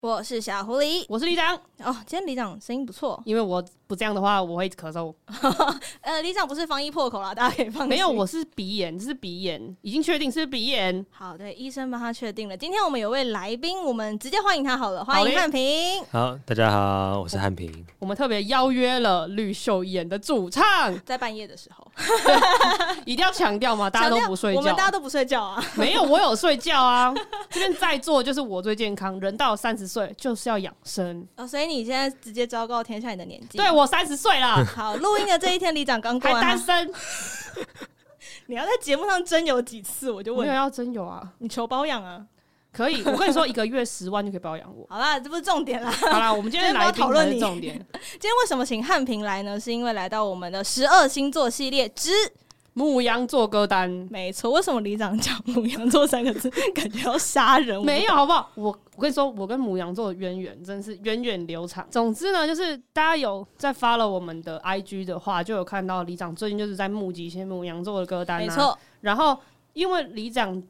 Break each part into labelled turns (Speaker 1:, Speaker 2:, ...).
Speaker 1: 我是小狐狸。
Speaker 2: 我是李长，
Speaker 1: 哦，今天李长声音不错。
Speaker 2: 因为我不这样的话，我会咳嗽。
Speaker 1: 呃，李长不是防疫破口啦，大家可以放心。
Speaker 2: 没有，我是鼻炎，是鼻炎，已经确定是鼻炎。
Speaker 1: 好的，医生帮他确定了。今天我们有位来宾，我们直接欢迎他好了，欢
Speaker 2: 好
Speaker 1: 迎
Speaker 2: 嘞
Speaker 1: 汉平。
Speaker 3: 好，大家好，我是汉平。
Speaker 2: 我们特别邀约了绿袖演的 主唱，
Speaker 1: 在半夜的时候，
Speaker 2: 一定要强调嘛，大家都不睡
Speaker 1: 我们
Speaker 2: 觉。
Speaker 1: 大家都不睡觉啊。
Speaker 2: 没有，我有睡觉啊。这边在座就是我最健康，人到三十岁就是要养生。
Speaker 1: 哦，所以你现在直接昭告天下你的年纪。
Speaker 2: 对我三十 岁了，
Speaker 1: 好，录音的这一天，李长刚过
Speaker 2: 还单
Speaker 1: 完他。
Speaker 2: 身，
Speaker 1: 你要在节目上真有几次，我就
Speaker 2: 我
Speaker 1: 问
Speaker 2: 有
Speaker 1: 你
Speaker 2: 要真有啊。
Speaker 1: 你求包养啊。
Speaker 2: 可以，我跟你说，一个月十万就可以包养我。
Speaker 1: 好啦，这不是重点啦。
Speaker 2: 好啦，我们今 天来
Speaker 1: 今天
Speaker 2: 宾
Speaker 1: 不要讨论
Speaker 2: 才
Speaker 1: 你
Speaker 2: 是重点，
Speaker 1: 今天为什么请汉平来呢？是因为来到我们的十二星座系列之
Speaker 2: 牧羊座歌单
Speaker 1: 没错，为什么里长讲母羊座三个字，感觉要杀人？
Speaker 2: 没有，好不好？我我跟你说，我跟母羊座的渊源真是源远流长。总之呢，就是大家有在发了我们的 IG 的话，就有看到李长最近就是在募集一些母羊座的歌单、啊，
Speaker 1: 没。错，
Speaker 2: 然后因为李长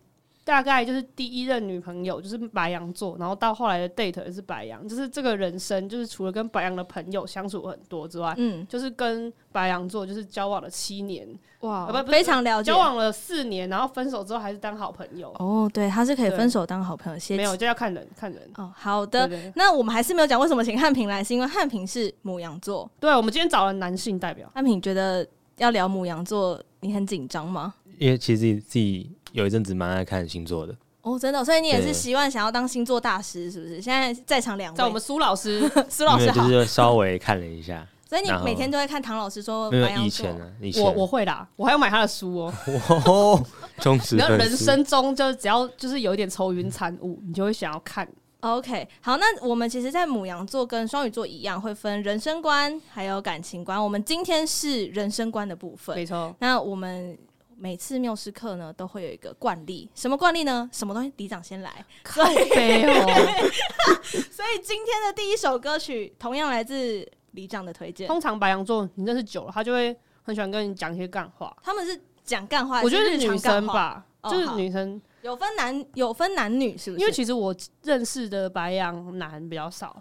Speaker 2: 大概就是第一任女朋友就是白羊座，然后到后来的 date 也是白羊，就是这个人生就是除了跟白羊的朋友相处很多之外，
Speaker 1: 嗯，
Speaker 2: 就是跟白羊座就是交往了七年，
Speaker 1: 哇
Speaker 2: 啊不不是
Speaker 1: 非常了解
Speaker 2: 交。往了四年，然后分手之后还是当好朋友，
Speaker 1: 哦，对，他是可以
Speaker 2: 对
Speaker 1: 分手当好朋友，先
Speaker 2: 没有就要看人看人。
Speaker 1: 哦，好
Speaker 2: 对
Speaker 1: 的。
Speaker 2: 对
Speaker 1: 那我们还是没有讲为什么请汉平来，是因为汉平是母羊座。
Speaker 2: 对，我们今天找了男性代表，
Speaker 1: 汉平觉得要聊母羊座，你很紧张吗？
Speaker 3: 因为其实自己自己有一阵子蛮爱看星座的，
Speaker 1: 哦，真的哦、所以你也是
Speaker 3: 对
Speaker 1: 希望想要当星座大师，是不是？现在在场两位，
Speaker 2: 在我们苏老师，
Speaker 1: 苏老
Speaker 3: 因
Speaker 1: 师
Speaker 3: 为就
Speaker 1: 好，
Speaker 3: 是稍微看了一下，
Speaker 1: 所以你
Speaker 3: 然后
Speaker 1: 每天都在看唐老师说
Speaker 3: 没
Speaker 1: 白
Speaker 3: 有
Speaker 1: 羊
Speaker 3: 以
Speaker 1: 座
Speaker 3: 前。啊，以前
Speaker 2: 我我会啦，我还要买他的书 哦、
Speaker 3: 我忠实
Speaker 2: 然后
Speaker 3: 粉
Speaker 2: 人
Speaker 3: 丝。
Speaker 2: 生中就是只要就是有一点愁云惨雾，你就会想要看。
Speaker 1: OK，好，那我们其实，在母羊座跟双鱼座一样，会分人生观还有感情观。我们今天是人生观的部分。
Speaker 2: 没错，
Speaker 1: 那我们每次缪斯课呢，都会有一个惯例，什么惯例呢？什么东西？李长先来。所以，
Speaker 2: 没有。
Speaker 1: 所以今天的第一首歌曲同样来自李长的推荐。
Speaker 2: 通常白羊座你认识久了，他就会很喜欢跟你讲一些干话。
Speaker 1: 他们是讲干话，
Speaker 2: 我觉得
Speaker 1: 还
Speaker 2: 是
Speaker 1: 啊日常
Speaker 2: 女
Speaker 1: 干
Speaker 2: 生
Speaker 1: 话，
Speaker 2: 吧，
Speaker 1: 哦
Speaker 2: 就是
Speaker 1: 好
Speaker 2: 女生，
Speaker 1: 有分男有分男女，是不是？
Speaker 2: 因为其实我认识的白羊男比较少，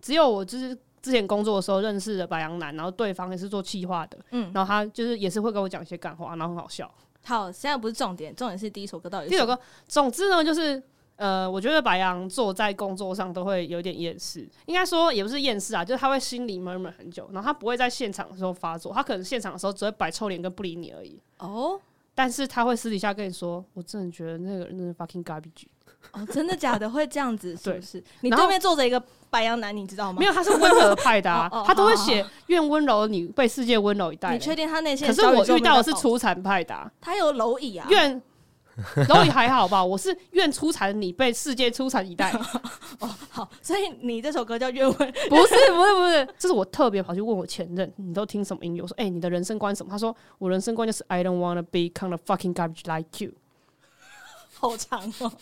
Speaker 2: 只有我就是之前工作的时候认识的白羊男，然后对方也是做企划的，
Speaker 1: 嗯，
Speaker 2: 然后他就是也是会跟我讲一些干话，然后很好笑。
Speaker 1: 好，现在不是重点，重点是第一首歌到底是
Speaker 2: 第
Speaker 1: 什
Speaker 2: 九
Speaker 1: 么。
Speaker 2: 个，总之呢，就是呃，我觉得白羊座在工作上都会有点厌世，应该说也不是厌世啊，就是他会心里闷闷很久，然后他不会在现场的时候发作，他可能现场的时候只会摆臭脸跟不理你而已。
Speaker 1: 哦
Speaker 2: 但是他会私底下跟你说，我真的觉得那个人真的 fucking garbage。
Speaker 1: 哦，真的假的？会这样子是不是？你
Speaker 2: 然后
Speaker 1: 对面坐着一个白羊男，你知道吗？
Speaker 2: 没有，他是温柔派的啊
Speaker 1: 哦 哦哦，
Speaker 2: 他都会
Speaker 1: 好好
Speaker 2: 写愿温柔你被世界温柔以待
Speaker 1: 你。确定他内线？
Speaker 2: 可是我遇到的
Speaker 1: 哦
Speaker 2: 是，出产派的、啊，
Speaker 1: 他有蝼蚁啊。
Speaker 2: 愿。 蝼蚁还好吧，我是愿出产你被世界出产以待。
Speaker 1: 好，所以你这首歌叫《愿闻
Speaker 2: 不是不是不是，这是我特别跑去问我前任，你都听什么音乐？我说，哎、你的人生观是什么？他说，我人生观就是 I don't wanna be kind of fucking garbage like you。
Speaker 1: 好长哦。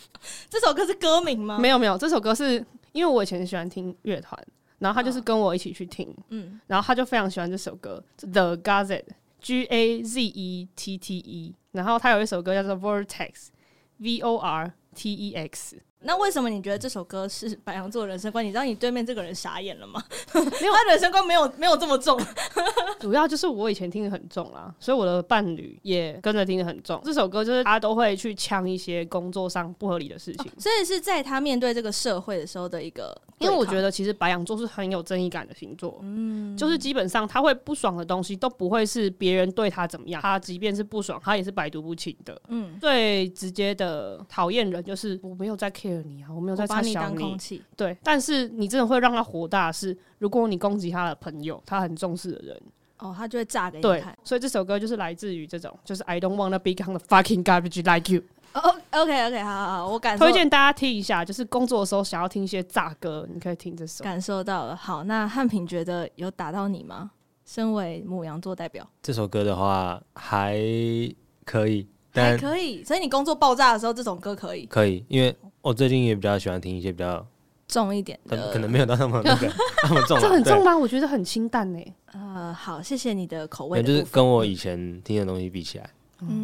Speaker 1: 这首歌是歌名吗？
Speaker 2: 没有没有，这首歌是因为我以前喜欢听乐团，然后他就是跟我一起去听，
Speaker 1: 嗯，
Speaker 2: 然后他就非常喜欢这首歌是，The Gazette G A Z E T T E，然后他有一首歌叫做 Vortex V O R T E X，
Speaker 1: 那为什么你觉得这首歌是白羊座人生观？你知道你对面这个人傻眼了吗？
Speaker 2: 没有
Speaker 1: 他人生观没有没有这么 重。
Speaker 2: 主要就是我以前听得很重啦，所以我的伴侣也跟着听得很重。这首歌就是他都会去呛一些工作上不合理的事情。
Speaker 1: 所以是在他面对这个社会的时候的一个对抗，
Speaker 2: 因为我觉得其实白羊座是很有正义感的星座，嗯，就是基本上他会不爽的东西都不会是别人对他怎么样，他即便是不爽，他也是百毒不侵的。
Speaker 1: 嗯，
Speaker 2: 最直接的讨厌人就是我没有在 care 你啊，我没有
Speaker 1: 我
Speaker 2: 在
Speaker 1: 把
Speaker 2: 插
Speaker 1: 你
Speaker 2: 小
Speaker 1: 当
Speaker 2: 你，
Speaker 1: 空气。
Speaker 2: 对。但是你真的会让他火大的是，如果你攻击他的朋友，他很重视的人，
Speaker 1: 哦，他就会炸给你
Speaker 2: 对
Speaker 1: 看。。
Speaker 2: 所以这首歌就是来自于这种，就是 I don't wanna become the fucking garbage like you。
Speaker 1: 哦，OK OK，好好好，我感受
Speaker 2: 推荐大家听一下，就是工作的时候想要听一些炸歌，你可以听这首。
Speaker 1: 感受到了。好，那汉平觉得有打到你吗？身为母羊座代表，
Speaker 3: 这首歌的话还可以，
Speaker 1: 还
Speaker 3: 但
Speaker 1: 可以，所以你工作爆炸的时候，这种歌可以
Speaker 3: 可以，因为我最近也比较喜欢听一些比较，
Speaker 1: 重一点
Speaker 3: 但
Speaker 1: 的。
Speaker 3: 可能没有到那么那个那么重啊，
Speaker 2: 这很
Speaker 3: 对
Speaker 2: 重吗？我觉得很清淡呢、
Speaker 1: 呃，好，谢谢你的口
Speaker 3: 没
Speaker 1: 味
Speaker 3: 有
Speaker 1: 的
Speaker 3: 就是
Speaker 1: 部分
Speaker 3: 跟我以前听的东西比起来，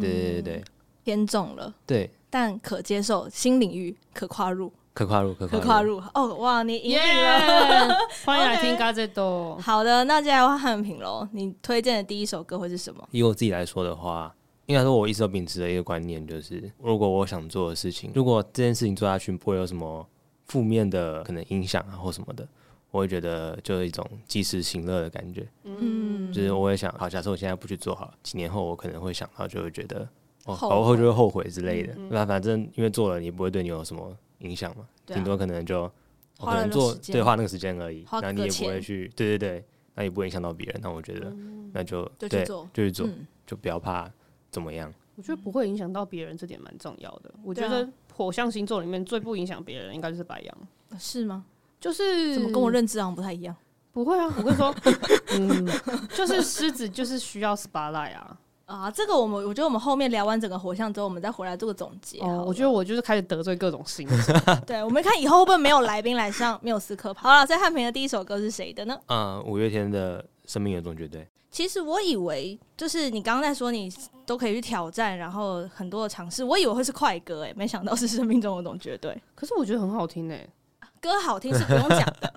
Speaker 3: 对对对对
Speaker 1: 偏重了，
Speaker 3: 对
Speaker 1: 但可接受，新领域可跨入。
Speaker 3: 可跨入，可
Speaker 1: 可
Speaker 3: 跨
Speaker 1: 跨入哦，哇，你赢
Speaker 2: 耶
Speaker 1: 定了。！
Speaker 2: 欢迎来听
Speaker 1: OK
Speaker 2: 嘎这多。
Speaker 1: 好的，那接下来汉平喽，你推荐的第一首歌会是什么？
Speaker 3: 以我自己来说的话，应该说我一直都秉持的一个观念就是，如果我想做的事情，如果这件事情做下去不会有什么负面的可能影响啊或什么的，我会觉得就是一种及时行乐的感觉。
Speaker 1: 嗯，
Speaker 3: 就是我会想，好，假设我现在不去做好了，几年后我可能会想到，就会觉得哦，
Speaker 1: 后
Speaker 3: 好，会就会后悔之类的。
Speaker 1: 嗯
Speaker 3: 那、反正因为做了，你不会对你有什么影响嘛，
Speaker 1: 对啊
Speaker 3: 顶、多可能就我
Speaker 1: 花
Speaker 3: 可
Speaker 1: 了
Speaker 3: 能
Speaker 1: 那
Speaker 3: 做
Speaker 1: 时间
Speaker 3: 对花那个时间而已，
Speaker 1: 花
Speaker 3: 然后你
Speaker 1: 个
Speaker 3: 也不会
Speaker 1: 钱
Speaker 3: 去，对对对，那也不会影响到别人。那我觉得，那就
Speaker 1: 嗯就去
Speaker 3: 对，
Speaker 1: 做
Speaker 3: 就去做，
Speaker 1: 嗯
Speaker 3: 就不要怕怎么样。
Speaker 2: 我觉得不会影响到别人，这点蛮重要的。我觉
Speaker 1: 对啊
Speaker 2: 得火象星座里面最不影响别人，应该就是白羊。
Speaker 1: 是吗？
Speaker 2: 就是
Speaker 1: 怎么跟我 认知好像不太一样？
Speaker 2: 不会啊？我跟你说， 嗯，就是狮子就是需要 spotlight 啊。
Speaker 1: 啊，这个我们我觉得我们后面聊完整个火象之后，我们再回来做个总结好了。
Speaker 2: 哦，我觉得我就是开始得罪各种星 座。
Speaker 1: 对，我们看以后会不会没有来宾来上，没有思科好了，在汉平的第一首歌是谁的呢？
Speaker 3: 嗯，五月天的《生命有种绝对》，
Speaker 1: 其实我以为就是你刚刚在说你都可以去挑战，然后很多的尝试，我以为会是快歌哎、没想到是生命中有种绝对。
Speaker 2: 可是我觉得很好听诶、
Speaker 1: 歌好听是不用讲 的，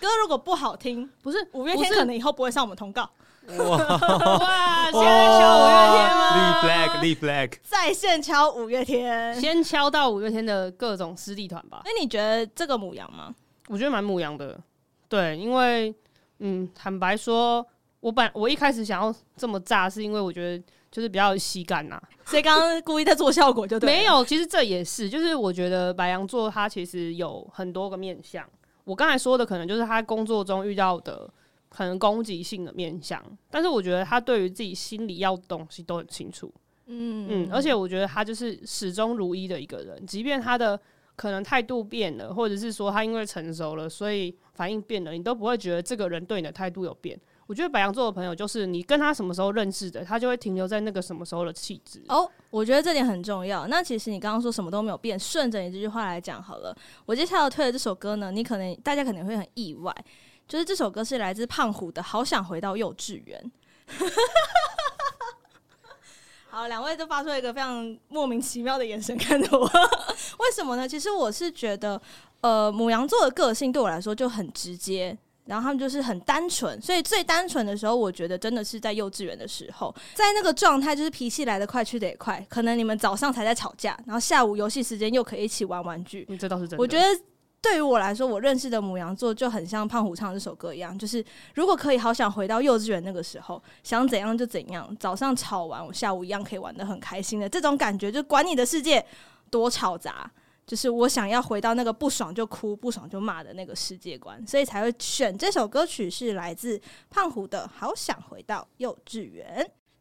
Speaker 1: 歌如果不好听，
Speaker 2: 不是
Speaker 1: 五月
Speaker 2: 不
Speaker 1: 天
Speaker 2: 是
Speaker 1: 可能以后不会上我们通告。哎
Speaker 2: 哇，现
Speaker 1: 哦
Speaker 2: 在敲五月天
Speaker 1: 啊
Speaker 2: 吗？
Speaker 3: 立 flag，立 flag。
Speaker 1: 在线敲五月天，
Speaker 2: 先敲到五月天的各种师弟团吧，
Speaker 1: 那你觉得这个母羊吗？
Speaker 2: 我觉得蛮母羊的。对，因为嗯，坦白说，我本我一开始想要这么炸，是因为我觉得就是比较有喜感啊呐、
Speaker 1: 所以刚刚故意在做效果就对了，
Speaker 2: 没有，其实这也是，就是我觉得白羊座他其实有很多个面相。我刚才说的可能就是他工作中遇到的可能攻击性的面相，但是我觉得他对于自己心里要的东西都很清楚。
Speaker 1: 嗯
Speaker 2: 嗯，而且我觉得他就是始终如一的一个人，即便他的可能态度变了，或者是说他因为成熟了，所以反应变了，你都不会觉得这个人对你的态度有变。我觉得白羊座的朋友就是你跟他什么时候认识的，他就会停留在那个什么时候的气质。
Speaker 1: 哦，我觉得这点很重要。那其实你刚刚说什么都没有变，顺着你这句话来讲好了。我接下来要推的这首歌呢，你可能大家可能会很意外，就是这首歌是来自胖虎的《好想回到幼稚园》。 好，两位都发出了一个非常莫名其妙的眼神看着我，为什么呢？其实我是觉得，呃，母羊座的个性对我来说就很直接，然后他们就是很单纯，所以最单纯的时候，我觉得真的是在幼稚园的时候，在那个状态就是脾气来得快去得也快，可能你们早上才在吵架，然后下午游戏时间又可以一起玩玩具，
Speaker 2: 嗯，这倒是真的。
Speaker 1: 我觉得对于我来说，我认识的母羊座就很像胖虎唱这首歌一样，就是如果可以，好想回到幼稚园那个时候，想怎样就怎样。早上吵完，我下午一样可以玩得很开心的这种感觉，就管你的世界多吵杂。就是我想要回到那个不爽就哭、不爽就骂的那个世界观，所以才会选这首歌曲是来自胖虎的《好想回到幼稚园》，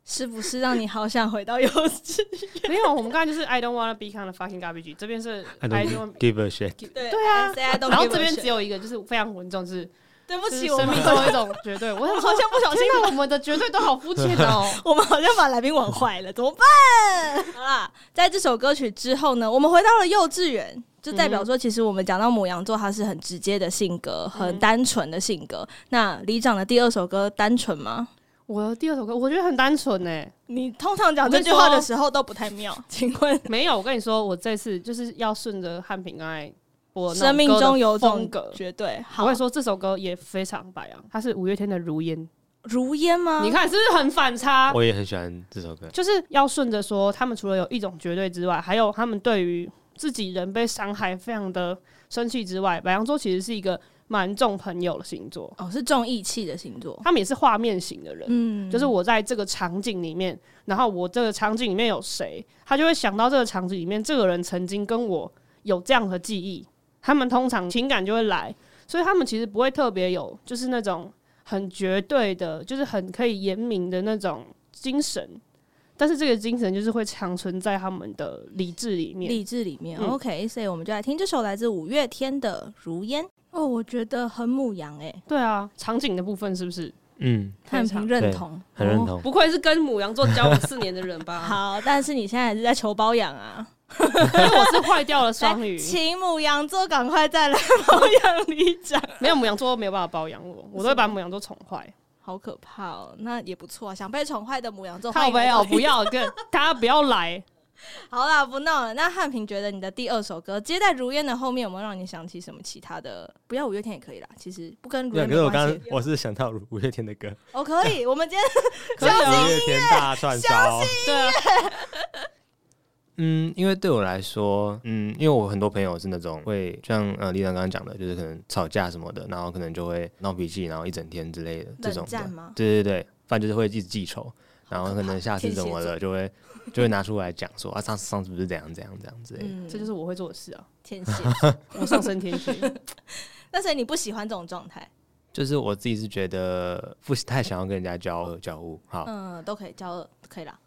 Speaker 1: 是不是让你好想回到幼稚？
Speaker 2: 没有，我们刚才就是 I don't wanna be kind of fucking garbage，这边是
Speaker 3: I
Speaker 2: I
Speaker 3: don't
Speaker 2: don't，
Speaker 3: give a shit。
Speaker 1: 对哎
Speaker 2: 对啊
Speaker 1: say I don't
Speaker 2: 然 后
Speaker 1: give a
Speaker 2: 这边
Speaker 1: shit
Speaker 2: 只有一个就是非常稳重，就是
Speaker 1: 对不
Speaker 2: 就
Speaker 1: 起，
Speaker 2: 是
Speaker 1: 我
Speaker 2: 生
Speaker 1: 们
Speaker 2: 命 中一种绝对。我
Speaker 1: 我
Speaker 2: 想
Speaker 1: 们
Speaker 2: 说
Speaker 1: 好，像不小心
Speaker 2: 天哪，我们的绝对都好肤浅哦。
Speaker 3: 啊
Speaker 1: 我们好像把来宾玩坏了，怎么办？ 好啦，在这首歌曲之后呢，我们回到了幼稚园，就代表说，其实我们讲到母羊座，它是很直接的性格，很单纯的性格。那李长的第二首歌单纯吗？
Speaker 2: 我的第二首歌我觉得很单纯呢、
Speaker 1: 你通常讲这句话的时候都不太妙， 请问
Speaker 2: 没有，我跟你说，我这次就是要顺着汉平刚才播的
Speaker 1: 生
Speaker 2: 那种
Speaker 1: 命
Speaker 2: 歌的
Speaker 1: 中有
Speaker 2: 风
Speaker 1: 种
Speaker 2: 格。
Speaker 1: 绝对
Speaker 2: 我
Speaker 1: 好
Speaker 2: 跟你说，这首歌也非常白啊，它是五月天的《如烟》，
Speaker 1: 如烟吗？
Speaker 2: 你看是不是很反差？
Speaker 3: 我也很喜欢这首歌。
Speaker 2: 就是要顺着说，他们除了有一种绝对之外，还有他们对于自己人被伤害非常的生气之外，白羊座其实是一个蛮重朋友的星座，
Speaker 1: 哦，是重义气的星座，
Speaker 2: 他们也是画面型的人。
Speaker 1: 嗯，
Speaker 2: 就是我在这个场景里面，然后我这个场景里面有谁，他就会想到这个场景里面这个人曾经跟我有这样的记忆，他们通常情感就会来，所以他们其实不会特别有就是那种很绝对的，就是很可以言明的那种精神，但是这个精神就是会长存在他们的理智里面。
Speaker 1: 励志里面、
Speaker 2: 嗯
Speaker 1: o k 所以我们就来听这首来自五月天的《如烟》。哦，我觉得很母羊哎、
Speaker 2: 对啊，场景的部分是不是
Speaker 3: 嗯，
Speaker 1: 汉
Speaker 2: 非
Speaker 1: 平
Speaker 2: 常
Speaker 1: 认
Speaker 3: 对
Speaker 1: 同，
Speaker 3: 很认
Speaker 1: 哦
Speaker 3: 同。
Speaker 2: 不愧是跟母羊座交往四年的人吧？
Speaker 1: 好，但是你现在还是在求包养啊！
Speaker 2: 因为我是坏掉了双鱼
Speaker 1: 来，请母羊座赶快再来 包养里长，
Speaker 2: 没有母羊座没有办法包养我，我都会把母羊座宠坏。
Speaker 1: 好可怕哦！那也不错啊，想被宠坏的母羊座，
Speaker 2: 靠
Speaker 1: 欢迎
Speaker 2: 背
Speaker 1: 来到
Speaker 2: 哦，不要跟大家不要来，
Speaker 1: 好啦，不闹了。那汉平觉得你的第二首歌《接在如烟的后面》，有没有让你想起什么其他的？不要五月天也可以啦，其实不跟如
Speaker 3: 对，
Speaker 1: 烟
Speaker 3: 可
Speaker 1: 没
Speaker 3: 是我刚
Speaker 1: 关
Speaker 3: 刚
Speaker 1: 系。
Speaker 3: 我是想到五月天的歌，
Speaker 1: 哦，可 以，我们今天
Speaker 2: 可以啊，
Speaker 3: 五月天大串烧。
Speaker 2: 对啊，
Speaker 3: 嗯，因为对我来说，嗯，因为我很多朋友是那种会，就像呃李长刚刚讲的，就是可能吵架什么的，然后可能就会闹脾气，然后一整天之类的这种
Speaker 1: 冷战
Speaker 3: 的。
Speaker 1: 吗？
Speaker 3: 对对对，反正就是会一直记仇，然后可能下次
Speaker 1: 天蝎
Speaker 3: 怎么了就 会就会拿出来讲说啊上次上次不是怎样怎样怎样之类的。
Speaker 1: 嗯，
Speaker 2: 这就是我会做的事啊，
Speaker 1: 天 蝎。
Speaker 2: 我上升天 蝎，
Speaker 1: 那所以你不喜欢这种状态？
Speaker 3: 就是我自己是觉得不太想要跟人家交恶交恶，好，
Speaker 1: 嗯，都可以，交恶可以啦，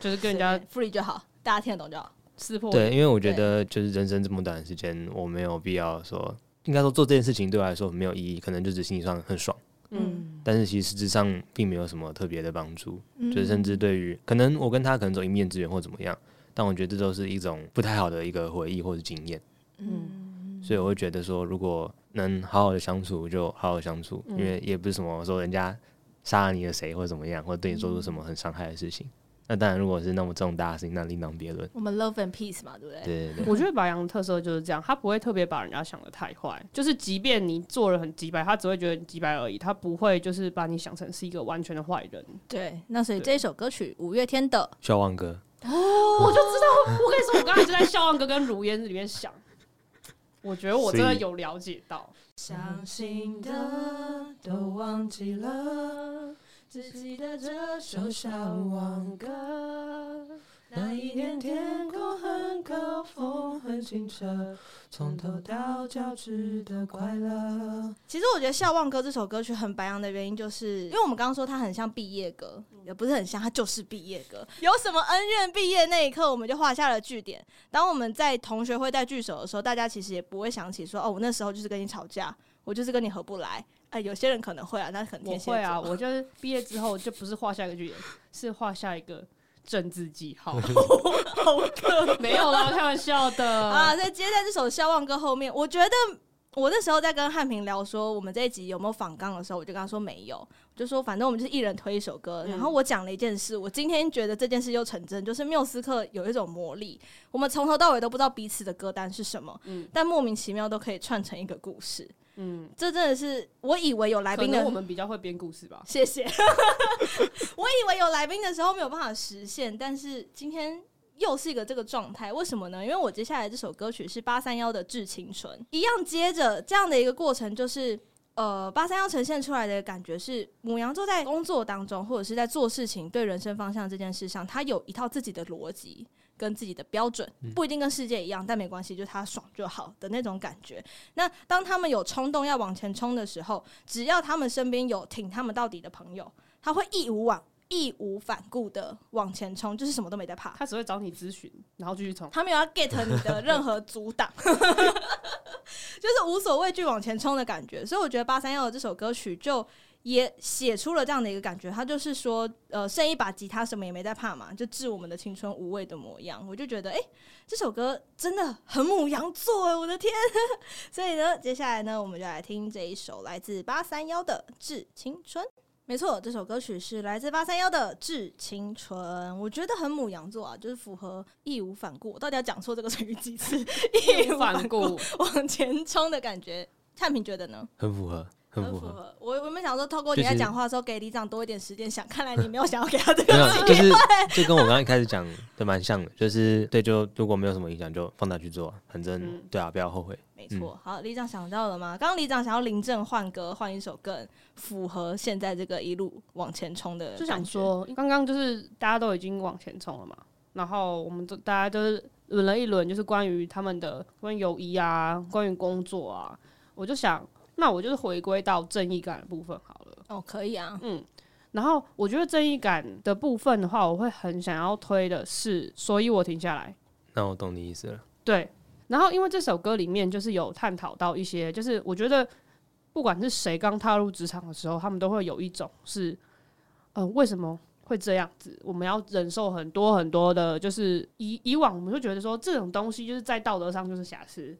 Speaker 2: 就是跟人家
Speaker 1: 随便 free 就好，大家听得懂就好。
Speaker 2: 撕破
Speaker 3: 对，因为我觉得就是人生这么短的时间，我没有必要说，应该说做这件事情对我来说没有意义，可能就只是心理上很爽，
Speaker 2: 嗯，
Speaker 3: 但是其实实质上并没有什么特别的帮助，就是甚至对于可能我跟他可能走一面之缘或怎么样，但我觉得这都是一种不太好的一个回忆或者经验，
Speaker 1: 嗯，
Speaker 3: 所以我会觉得说，如果能好好的相处就好好相处，因为也不是什么说人家杀了你的谁或者怎么样，或者对你做出什么很伤害的事情。那当然，如果是那么重大的事情，那另当别论。
Speaker 1: 我们 love and peace 嘛，对不对？
Speaker 3: 对对对，
Speaker 2: 我觉得白羊的特色就是这样，他不会特别把人家想的太坏，就是即便你做了很鸡白，他只会觉得你鸡白而已，他不会就是把你想成是一个完全的坏人。
Speaker 1: 对，那所以这一首歌曲五月天的
Speaker 3: 小旺哥，
Speaker 2: 我就知道， 我跟你说，我刚才就在笑望哥跟如烟里面想，我觉得我真的有了解到，
Speaker 1: 伤心的都忘记了，只记得这首小望歌。那一年天空很高，风很清澈，从头到脚只的快乐。其实我觉得《笑忘歌》这首歌曲很白羊的原因，就是因为我们刚刚说它很像毕业歌，也不是很像，它就是毕业歌。有什么恩怨，毕业那一刻我们就画下了句点。当我们在同学会带聚首的时候，大家其实也不会想起说，哦，我那时候就是跟你吵架，我就是跟你合不来。哎，有些人可能会啊，但是可能
Speaker 2: 我
Speaker 1: 天蝎
Speaker 2: 会啊，
Speaker 1: 座。
Speaker 2: 我就是毕业之后就不是画下一个句点，是画下一个政治记号，
Speaker 1: 好可
Speaker 2: 没有啦，开玩笑的
Speaker 1: 啊！在接在这首《笑忘歌》后面，我觉得我那时候在跟汉平聊说我们这一集有没有仿纲的时候，我就跟他说没有，我就说反正我们就是一人推一首歌。
Speaker 2: 嗯
Speaker 1: 然后我讲了一件事，我今天觉得这件事又成真，就是缪斯克有一种魔力，我们从头到尾都不知道彼此的歌单是什么，
Speaker 2: 嗯
Speaker 1: 但莫名其妙都可以串成一个故事。
Speaker 2: 嗯，
Speaker 1: 这真的是我以为有来
Speaker 2: 可
Speaker 1: 宾
Speaker 2: 能
Speaker 1: 的
Speaker 2: 我，们比较会编故事吧。
Speaker 1: 谢谢。 我以为有来宾的时候没有办法实现，但是今天又是一个这个状态，为什么呢？因为我接下来这首歌曲是八三幺的《致青春》，一样接着这样的一个过程，就是。呃，八三幺呈现出来的感觉是，呃母羊座在工作当中，或者是在做事情、对人生方向这件事上，他有一套自己的逻辑跟自己的标准，不一定跟世界一样，但没关系，就他爽就好的那种感觉。那当他们有冲动要往前冲的时候，只要他们身边有挺他们到底的朋友，他会义无往义无反顾的往前冲，就是什么都没在怕。
Speaker 2: 他只会找你咨询，然后继续从
Speaker 1: 他没有要 get 你的任何阻挡， 就是无所畏惧往前冲的感觉。所以我觉得八三幺的这首歌曲就也写出了这样的一个感觉，他就是说，呃，剩一把吉他，什么也没在怕嘛，就致我们的青春无畏的模样。我就觉得，哎、这首歌真的很母羊座哎，我的天！ 所以呢，接下来呢，我们就来听这一首来自八三幺的《致青春》。没错，这首歌曲是来自八三幺的《致青春》，我觉得很母羊座啊，就是符合义无反顾。我到底要讲错这个成语几 次？义无
Speaker 2: 反
Speaker 1: 反顾
Speaker 2: 顾。
Speaker 1: 往前冲的感觉。灿平觉得呢？
Speaker 3: 很符合，很符合。
Speaker 1: 合。我我们想说，透过
Speaker 3: 就
Speaker 1: 你在
Speaker 3: 是
Speaker 1: 讲话的时候，给李长多一点时间想。看来你没有想要给他这个
Speaker 3: 没 有，
Speaker 1: 机
Speaker 3: 就
Speaker 1: 会。
Speaker 3: 是就跟我刚刚一开始讲的蛮像的，就是对，就如果没有什么影响，就放他去做啊，反正、
Speaker 2: 嗯
Speaker 3: 对啊，不要后悔。
Speaker 1: 没错，好，李长想到了吗？刚刚李长想要临阵换歌，换一首更符合现在这个一路往前冲的，
Speaker 2: 就想，说，刚刚就是大家都已经往前冲了嘛，然后我们都大家就是轮了一轮，就是关于他们的关于友谊啊，关于工作啊，我就想，那我就是回归到正义感的部分好了。
Speaker 1: 哦，可以啊，
Speaker 2: 然后我觉得正义感的部分的话，我会很想要推的是，所以我停下来。
Speaker 3: 那我懂你意思了，
Speaker 2: 对，然后因为这首歌里面就是有探讨到一些，就是我觉得不管是谁刚踏入职场的时候，他们都会有一种是，呃，为什么会这样子？我们要忍受很多很多的，就是以以往我们就觉得说这种东西就是在道德上就是瑕疵，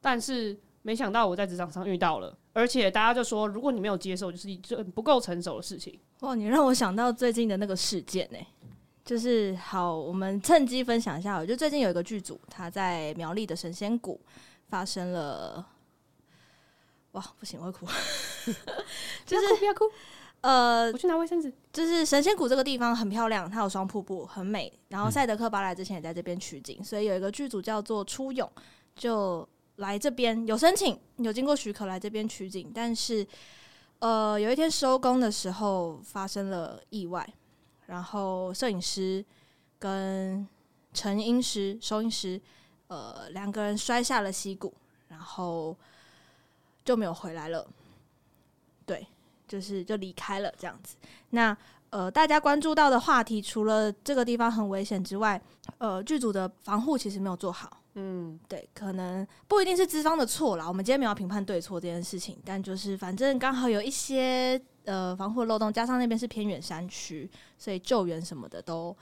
Speaker 2: 但是没想到我在职场上遇到了，而且大家就说，如果你没有接受，就是一件不够成熟的事情。
Speaker 1: 哇，你让我想到最近的那个事件呢、欸就是好，我们趁机分享一下。我觉得最近有一个剧组，他在苗栗的神仙谷发生了，哇，不行，我会哭。就是
Speaker 2: 不要哭，不要哭，
Speaker 1: 呃
Speaker 2: 我，去拿卫生纸。
Speaker 1: 就是神仙谷这个地方很漂亮，它有双瀑布，很美。然后赛德克巴莱之前也在这边取景，所以有一个剧组叫做出勇，就来这边有申请，有经过许可来这边取景，但是呃有一天收工的时候发生了意外，然后摄影师跟成音师、收音师呃两个人摔下了溪谷，然后就没有回来了。对，就是就离开了这样子。那呃，大家关注到的话题，除了这个地方很危险之外，呃，剧组的防护其实没有做好。
Speaker 2: 嗯，
Speaker 1: 对，可能不一定是资方的错啦。我们今天没有评判对错这件事情，但就是反正刚好有一些呃防护漏洞，加上那边是偏远山区，所以救援什么的都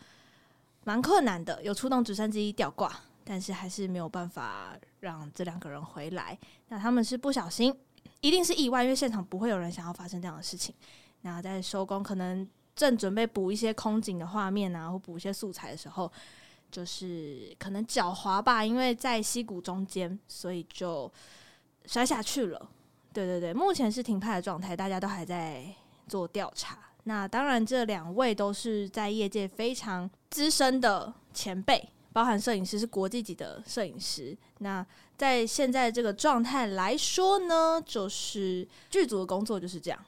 Speaker 1: 蛮困难的。有出动直升机吊挂，但是还是没有办法让这两个人回来。那他们是不小心，一定是意外，因为现场不会有人想要发生这样的事情。那在收工，可能正准备补一些空景的画面啊，或补一些素材的时候，就是可能脚滑吧，因为在溪谷中间，所以就摔下去了。对对对，目前是停拍的状态，大家都还在做调查。那当然，这两位都是在业界非常资深的前辈，包含摄影师是国际级的摄影师。那在现在这个状态来说呢，就是剧组的工作就是这样，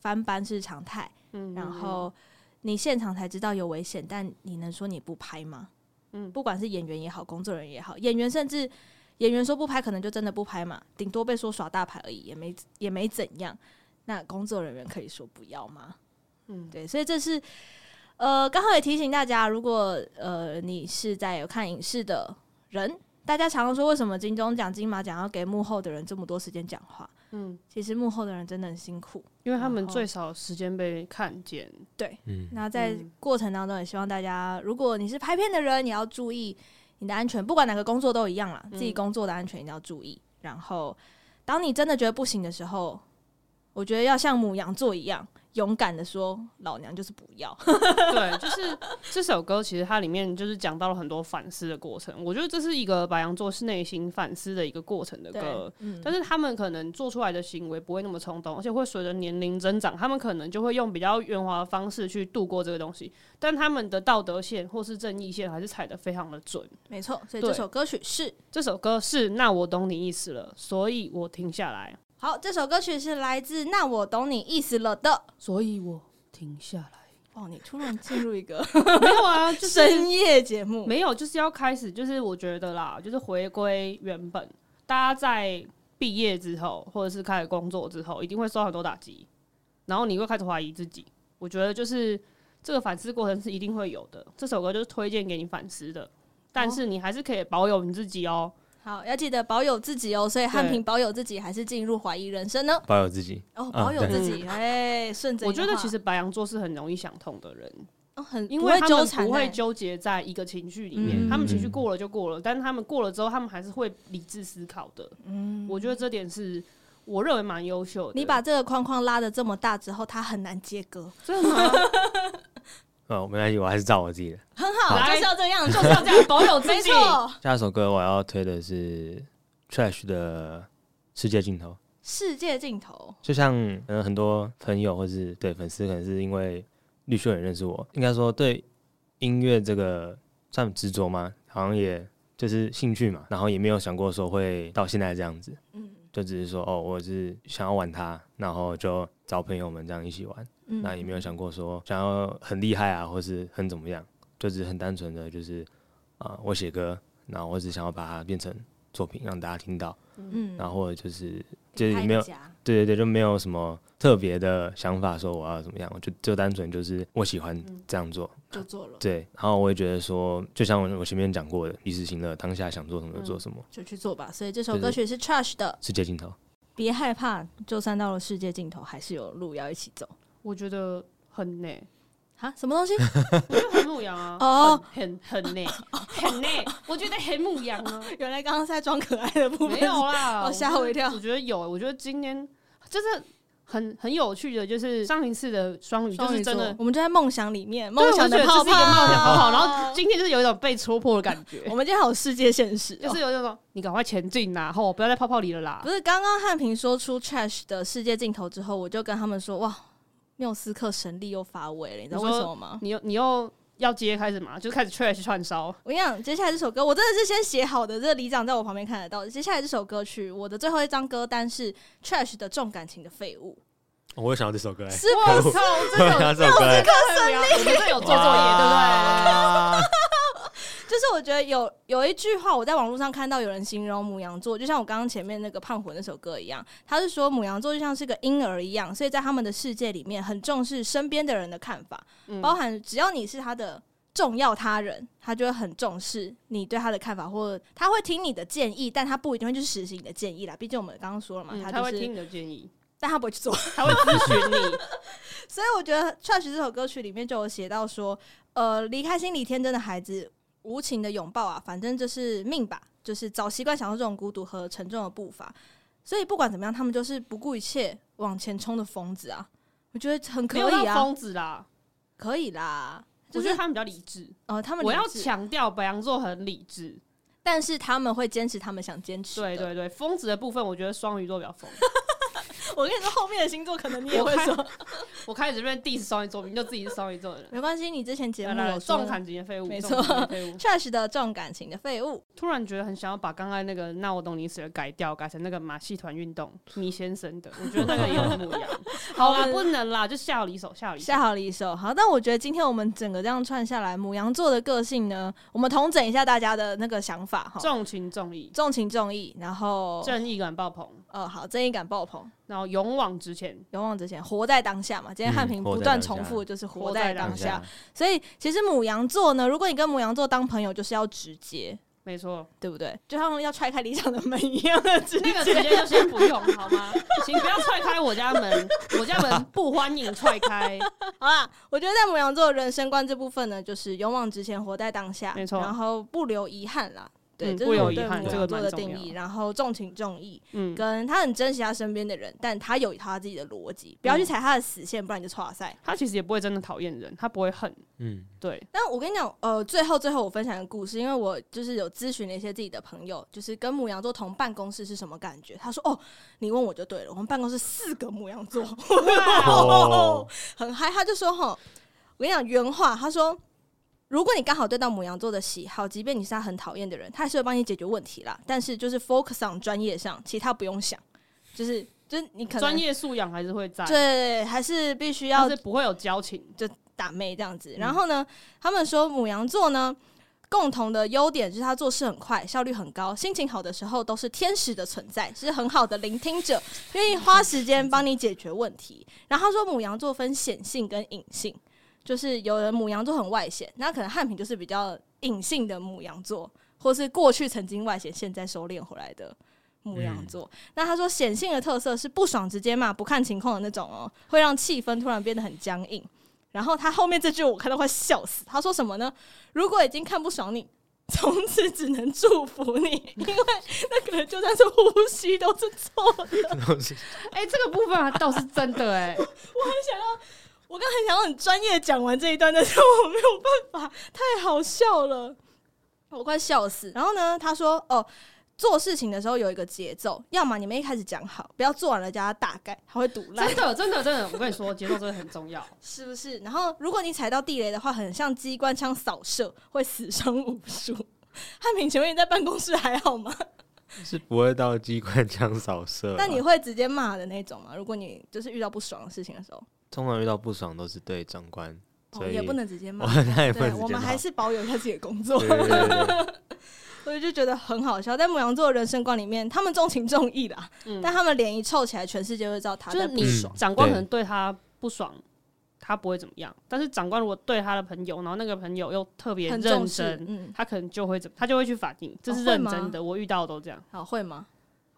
Speaker 1: 翻班是常态。
Speaker 2: 嗯
Speaker 1: 然后你现场才知道有危险，但你能说你不拍吗？嗯，不管是演员也好，工作人员也好，演员甚至演员说不拍，可能就真的不拍嘛，顶多被说耍大牌而已，也没也没怎样。那工作人员可以说不要吗？
Speaker 2: 嗯，
Speaker 1: 对，所以这是呃，刚好也提醒大家，如果呃你是在有看影视的人，大家常常说为什么金钟奖、金马奖要给幕后的人这么多时间讲话？
Speaker 2: 嗯，
Speaker 1: 其实幕后的人真的很辛苦，
Speaker 2: 因为他
Speaker 1: 然
Speaker 2: 们
Speaker 1: 后
Speaker 2: 最少时间被看见。
Speaker 1: 对，
Speaker 3: 嗯
Speaker 1: 那在
Speaker 2: 嗯
Speaker 1: 过程当中，也希望大家，如果你是拍片的人，也要注意你的安全，不管哪个工作都一样啦，自己工作的安全一定要注意。然后，当你真的觉得不行的时候，我觉得要像母羊座一样，勇敢的说：“老娘就是不 要。
Speaker 2: 对，就是这首歌，其实它里面就是讲到了很多反思的过程。我觉得这是一个白羊座是内心反思的一个过程的”歌
Speaker 1: 对，。嗯，
Speaker 2: 但是他们可能做出来的行为不会那么冲动，而且会随着年龄增长，他们可能就会用比较圆滑的方式去度过这个东西。但他们的道德线或是正义线还是踩得非常的准。
Speaker 1: 没错。所以
Speaker 2: 对
Speaker 1: 这首歌曲是
Speaker 2: 这首歌是《那我懂你意思了》，所以我停下来，
Speaker 1: 好，这首歌曲是来自《那我懂你意思了》的。
Speaker 2: 所以我停下来。
Speaker 1: 哦，你突然进入一个
Speaker 2: 没有啊，就是
Speaker 1: 深夜节目，
Speaker 2: 没有，就是要开始，就是我觉得啦，就是回归原本。大家在毕业之后，或者是开始工作之后，一定会受到很多打击，然后你会开始怀疑自己。我觉得就是这个反思过程是一定会有的。这首歌就是推荐给你反思的，但是你还是可以保有你自己哦、
Speaker 1: 好，要记得保有自己哦。所以汉
Speaker 2: 对
Speaker 1: 平保有自己，还是进入怀疑人生呢？
Speaker 3: 保有自己。
Speaker 1: 哦，
Speaker 3: 嗯
Speaker 1: 保有自
Speaker 2: 对
Speaker 1: 己，哎、顺着
Speaker 2: 我
Speaker 1: 你的
Speaker 2: 觉
Speaker 1: 话。
Speaker 2: 得其实白羊座是很容易想通的人，
Speaker 1: 哦很
Speaker 2: 因
Speaker 1: 不
Speaker 2: 为
Speaker 1: 会
Speaker 2: 他
Speaker 1: 纠
Speaker 2: 们
Speaker 1: 缠
Speaker 2: 不会
Speaker 1: 欸
Speaker 2: 纠结在一个情绪里面，
Speaker 1: 嗯
Speaker 2: 他们情绪过了就过了，但是他们过了之后，他们还是会理智思考的。嗯，我觉得这点是我认为蛮优秀的。
Speaker 1: 你把这个框框拉的这么大之后，它很难切割。
Speaker 2: 真的吗？
Speaker 3: 哦，没关系，我还是照我自己的。
Speaker 1: 很 好，
Speaker 2: 来
Speaker 1: 就是要这样，就
Speaker 2: 就是是
Speaker 1: 要
Speaker 2: 要
Speaker 1: 这
Speaker 2: 这
Speaker 1: 样。
Speaker 2: 样保有自
Speaker 1: 没
Speaker 2: 己。
Speaker 1: 错，
Speaker 3: 下一首歌我要推的是 Trash 的《世界尽头》。
Speaker 1: 世界尽头，
Speaker 3: 就像嗯很多朋友或是对粉丝，可能是因为绿秀也认识我，应该说对音乐这个算执着吗？好像也就是兴趣嘛，然后也没有想过说会到现在这样子，
Speaker 1: 嗯
Speaker 3: 就只是说哦，我是想要玩它，然后就找朋友们这样一起玩，
Speaker 1: 嗯
Speaker 3: 那也没有想过说想要很厉害啊，或是很怎么样，就只是很单纯的就是啊、我写歌，然后我只想要把它变成作品让大家听到，
Speaker 1: 嗯
Speaker 3: 然后或者就是就
Speaker 1: 给
Speaker 3: 是
Speaker 1: 他一
Speaker 3: 没有
Speaker 1: 个家
Speaker 3: 对对对，就没有什么特别的想法，说我要怎么样，我就就单纯就是我喜欢这样做。
Speaker 1: 就做了，
Speaker 3: 对，然后我也觉得说，就像我我前面讲过的，一时行乐，当下想做什么就做什么，
Speaker 1: 就去做吧。所以这首歌曲是 Trash 的，
Speaker 3: 世界尽头。
Speaker 1: 别害怕，就算到了世界尽头，还是有路要一起走。
Speaker 2: 我觉得很累，
Speaker 1: 啊，什么东西？
Speaker 2: 我觉得很牧羊啊，
Speaker 1: 哦
Speaker 2: 很很很累，很累。我觉得很牧羊啊，
Speaker 1: 原来刚 刚是在装可爱的部分。
Speaker 2: 没有啦，啊
Speaker 1: 哦吓我一跳
Speaker 2: 我觉得有，我觉得今天就是很很有趣的，就是上一次的双鱼就是真的
Speaker 1: 我们就在梦想里面，
Speaker 2: 对，
Speaker 1: 梦
Speaker 2: 我
Speaker 1: 想
Speaker 2: 就觉
Speaker 1: 的
Speaker 2: 得这
Speaker 1: 泡哦
Speaker 2: 是一个冒险泡泡，
Speaker 1: 泡。
Speaker 2: 然后今天就是有一种被戳破的感觉，
Speaker 1: 我们今天好世界现实哦，
Speaker 2: 就是有那种你赶快前进啦，吼，不要在泡泡里了啦
Speaker 1: 不。是刚刚汉平说出 trash 的世界尽头之后，我就跟他们说，哇，缪斯克神力又发威了，你知道为什么吗？
Speaker 2: 你又你又要接开始嘛，就开始 trash 串烧，
Speaker 1: 我跟你讲，接下来这首歌我真的是先写好的，这个里长在我旁边看得到。接下来这首歌曲，我的最后一张歌单是 trash 的重感情的废物，
Speaker 3: 我也想要这首 歌、欸，
Speaker 1: 是不是？
Speaker 2: 靠，
Speaker 3: 我也想要这首歌、 欸，
Speaker 2: 我们这有做作业，对不对？
Speaker 1: 就是我觉得有有一句话，我在网络上看到有人形容母羊座，就像我刚刚前面那个胖虎那首歌一样，他是说母羊座就像是个婴儿一样，所以在他们的世界里面很重视身边的人的看法，
Speaker 2: 嗯
Speaker 1: 包含只要你是他的重要他人，他就会很重视你对他的看法，或者他会听你的建议，但他不一定会去实行你的建议啦。毕竟我们刚刚说了嘛，
Speaker 2: 嗯
Speaker 1: 他
Speaker 2: 他
Speaker 1: 就
Speaker 2: 会
Speaker 1: 是，
Speaker 2: 听你的建议，
Speaker 1: 但他不会去做。
Speaker 2: 他会咨询你。
Speaker 1: 所以我觉得《Trash》这首歌曲里面就有写到说，呃，离开心理天真的孩子，无情的拥抱啊，反正就是命吧，就是早习惯享受这种孤独和沉重的步伐。所以不管怎么样，他们就是不顾一切往前冲的疯子啊！我觉得很可
Speaker 2: 没有
Speaker 1: 以
Speaker 2: 到
Speaker 1: 啊，
Speaker 2: 疯子啦，
Speaker 1: 可以啦。就
Speaker 2: 我觉得
Speaker 1: 是
Speaker 2: 他们比较理智。
Speaker 1: 呃，他们
Speaker 2: 我
Speaker 1: 理
Speaker 2: 要
Speaker 1: 智，
Speaker 2: 强调，白羊座很理智。
Speaker 1: 但是他们会坚持他们想坚持。
Speaker 2: 对，对对，疯子的部分，我觉得双鱼座比较 疯。
Speaker 1: 我跟你说，后面的星座可能你也
Speaker 2: 我
Speaker 1: 会
Speaker 2: 开
Speaker 1: 说，
Speaker 2: 我开始认 diss 双鱼座，明明就自己是双鱼座的人。
Speaker 1: 没关系，你之前节
Speaker 2: 来
Speaker 1: 目
Speaker 2: 来
Speaker 1: 有
Speaker 2: 来
Speaker 1: 说
Speaker 2: 重感情的废物，
Speaker 1: 没
Speaker 2: 重
Speaker 1: 错
Speaker 2: 感情的废物。
Speaker 1: Trash 的重感情的废物，
Speaker 2: 突然觉得很想要把刚才那个“那我懂你死了”改掉，改成那个马戏团运动米先生的，我觉得那个也很母 羊。好啦，不能啦，就下离手，下离手
Speaker 1: 下。好离手，好，但我觉得今天我们整个这样串下来，母羊座的个性呢，我们统整一下大家的那个想法哈，
Speaker 2: 重情重义，
Speaker 1: 重情重义，然后
Speaker 2: 正义感爆棚，
Speaker 1: 呃好，正义感爆棚，
Speaker 2: 然后勇往直前。
Speaker 1: 勇往直前，活在当下嘛。今天汉平
Speaker 3: 嗯活在
Speaker 1: 不断
Speaker 3: 当下
Speaker 1: 重复的就是活
Speaker 2: 活
Speaker 1: 在
Speaker 2: 在
Speaker 1: 当
Speaker 2: 当
Speaker 1: 下，所以其实母羊座呢，如果你跟母羊座当朋友，就是要直接。
Speaker 2: 没错，
Speaker 1: 对不对？就像要踹开理想的门一样的直接，
Speaker 2: 那个直接就先不用好吗？ 请不要踹开我家门，我家门不欢迎踹开。
Speaker 1: 好啦，我觉得在母羊座的人生观这部分呢，就是勇往直前，活在当下，
Speaker 2: 没错
Speaker 1: 然后不留遗憾啦。对，
Speaker 2: 嗯
Speaker 1: 这
Speaker 2: 不
Speaker 1: 是
Speaker 2: 留
Speaker 1: 我
Speaker 2: 遗
Speaker 1: 对
Speaker 2: 憾
Speaker 1: 母
Speaker 2: 这
Speaker 1: 羊
Speaker 2: 个
Speaker 1: 座
Speaker 2: 蛮
Speaker 1: 的
Speaker 2: 重
Speaker 1: 定
Speaker 2: 要
Speaker 1: 义，然后重情重义，
Speaker 2: 嗯，
Speaker 1: 跟他很珍惜他身边的人，但他有他自己的逻辑，不要去
Speaker 2: 嗯
Speaker 1: 踩他的死线，不然你就错赛。
Speaker 2: 他其实也不会真的讨厌人，他不会恨。
Speaker 3: 嗯，
Speaker 2: 对，
Speaker 1: 但我跟你讲，呃，最后最后我分享一个故事，因为我就是有咨询了一些自己的朋友，就是跟母羊座同办公室是什么感觉。他说：“哦，你问我就对了，我们办公室四个母羊座，
Speaker 3: 哦
Speaker 1: 很嗨。”他就说：“哈，我跟你讲原话，他说。”如果你刚好对到母羊座的喜好，即便你是他很讨厌的人，他还是会帮你解决问题啦。但是就是 focus on 专业上，其他不用想，就是就是你可能
Speaker 2: 专业素养还是会在，
Speaker 1: 对，还是必须要
Speaker 2: 但是不会有交情。
Speaker 1: 打妹这样子。然后呢，他们说母羊座呢，共同的优点就是他做事很快，效率很高，心情好的时候都是天使的存在，是很好的聆听者，愿意花时间帮你解决问题。然后他说母羊座分显性跟隐性，就是有人母羊座很外显，那可能汉平就是比较隐性的母羊座，或是过去曾经外显，现在收敛回来的。母羊座，那他说显性的特色是不爽直接骂，不看情况的那种哦，会让气氛突然变得很僵硬。然后他后面这句我看到快笑死，他说什么呢？如果已经看不爽你， 从此只能祝福你，因为那个人就算是呼吸都是错的。
Speaker 2: 哎、这个部分啊倒是真的哎、
Speaker 1: 我刚才想要很专业地讲完这一段，但是我没有办法，太好笑了，我快笑死。然后呢，他说哦。做事情的时候有一个节奏，要么你们一开始讲好，不要做完了加大概，他会堵烂
Speaker 2: 真，的真的真的，我跟你说，节奏真的很重要。
Speaker 1: 是不是？然后如果你踩到地雷的话，很像机关枪扫射，会死伤无数。 汉平，请问你在办公室还好吗？
Speaker 3: 是不会到机关枪扫射啦。
Speaker 1: 那你会直接骂的那种吗？如果你就是遇到不爽的事情的时候，
Speaker 3: 通常遇到不爽都是对长官，
Speaker 1: 哦、
Speaker 3: 所以
Speaker 1: 也不能直接骂
Speaker 3: 我。 那也不能
Speaker 1: 对，
Speaker 3: 直接
Speaker 1: 我们
Speaker 3: 骂
Speaker 1: 还是保有一下自己的工作
Speaker 3: 对。对对对对
Speaker 1: 我就觉得很好笑，在母羊座的人生观里面，他们重情重义啦，
Speaker 2: 嗯
Speaker 1: 但他们脸一臭起来，全世界都会知道他
Speaker 2: 就
Speaker 1: 在
Speaker 2: 是
Speaker 1: 不
Speaker 2: 你
Speaker 1: 爽。
Speaker 2: 嗯长官可能对他不爽，他不会怎么样；但是长官如果对他的朋友，然后那个朋友又特别
Speaker 1: 很
Speaker 2: 认
Speaker 1: 重视，
Speaker 2: 真，
Speaker 1: 嗯，
Speaker 2: 他可能就会怎，哦他就会去反应，这是认真的。我遇到的都这样，
Speaker 1: 好会吗？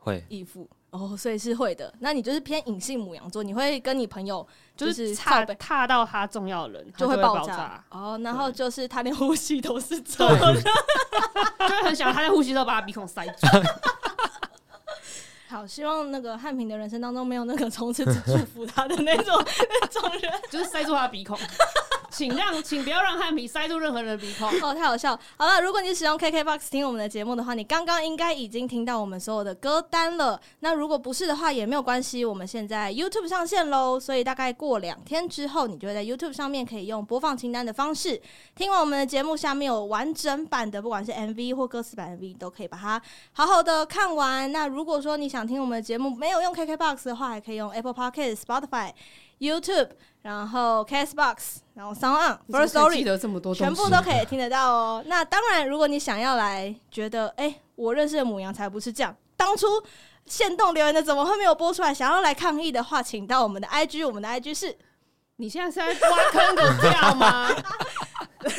Speaker 3: 会
Speaker 1: 义父哦，所以是会的。那你就是偏隐性母羊座，你会跟你朋友
Speaker 2: 就
Speaker 1: 就是
Speaker 2: 是
Speaker 1: 靠
Speaker 2: 踏
Speaker 1: 北
Speaker 2: 踏到他重要的人，他
Speaker 1: 就
Speaker 2: 会
Speaker 1: 爆
Speaker 2: 爆炸，
Speaker 1: 哦，然后就是他连呼吸都 是错
Speaker 2: 对，就会很想他在呼吸的时候把他鼻孔塞住。
Speaker 1: 好，希望那个汉平的人生当中没有那个从此只祝福他的那种那种人。
Speaker 2: 就是塞住他的鼻孔，请让请不要让汉平塞住任何人的鼻孔。
Speaker 1: 哦，太好笑了！好了，如果你使用 KKBOX 听我们的节目的话，你刚刚应该已经听到我们所有的歌单了。那如果不是的话，也没有关系，我们现在 YouTube 上线喽，所以大概过两天之后，你就会在 YouTube 上面可以用播放清单的方式听完我们的节目。下面有完整版的，不管是 MV 或歌词版 MV，都可以把它好好的看完。那如果说你想听我们的节目，没有用 KKBOX 的话，还可以用 Apple Podcast、Spotify、YouTube，然后 Castbox，然后 Sound On、First
Speaker 2: 你怎么可
Speaker 1: Story
Speaker 2: 以记。得这么多东西，
Speaker 1: 全部都可以听得到哦。那当然，如果你想要来，觉得哎、我认识的母羊才不是这样，当初限动留言的怎么会没有播出来？想要来抗议的话，请到我们的 IG，我们的 IG 是
Speaker 2: 你现在是在挖坑狗跳吗？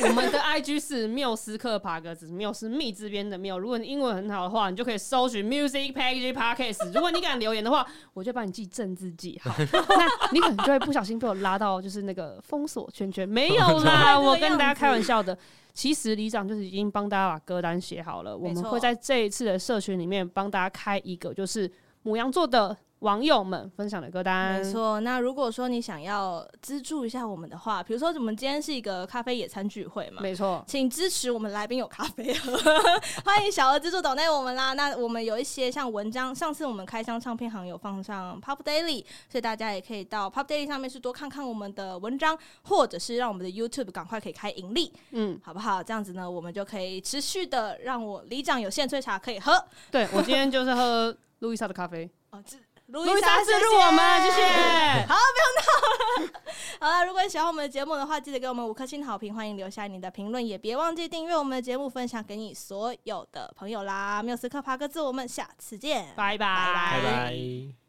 Speaker 2: 我们的 IG 是缪斯克帕格子，缪是密字边的缪。如果你英文很好的话，你就可以搜寻 Music Package Podcast。如果你敢留言的话，我就把你记政治记 号。那你可能就会不小心被我拉到就是那个封锁圈圈。 没
Speaker 1: 不
Speaker 2: 有啦，
Speaker 1: 会这个
Speaker 2: 我跟大家
Speaker 1: 样子
Speaker 2: 开玩笑的。其实里长就是已经帮大家把歌单写好了，我们
Speaker 1: 没错
Speaker 2: 会在这一次的社群里面帮大家开一个，就是母羊座的网友们分享的歌单。
Speaker 1: 没错。那如果说你想要资助一下我们的话，比如说我们今天是一个咖啡野餐聚会嘛。
Speaker 2: 没错，
Speaker 1: 请支持我们来宾有咖啡喝， 欢迎小额资助抖内我们啦。那我们有一些像文章，上次我们开箱唱片行有放上 Pop Daily，所以大家也可以到 Pop Daily 上面去多看看我们的文章，或者是让我们的 YouTube 赶快可以开盈利，
Speaker 2: 嗯。
Speaker 1: 好不好？这样子呢，我们就可以持续的让我里长有现萃茶可以喝。
Speaker 2: 对我今天就是喝路易莎的咖啡，
Speaker 1: 哦，这路
Speaker 2: 路易莎资助我们，谢谢。好，
Speaker 1: 好了，如果你喜欢我们的节目的话，记得给我们五颗星好评，欢迎留下你的评论，也别忘记订阅我们的节目，分享给你所有的朋友啦。缪斯克帕各自，我们下次见，
Speaker 2: 拜拜，
Speaker 1: 拜
Speaker 3: 拜拜。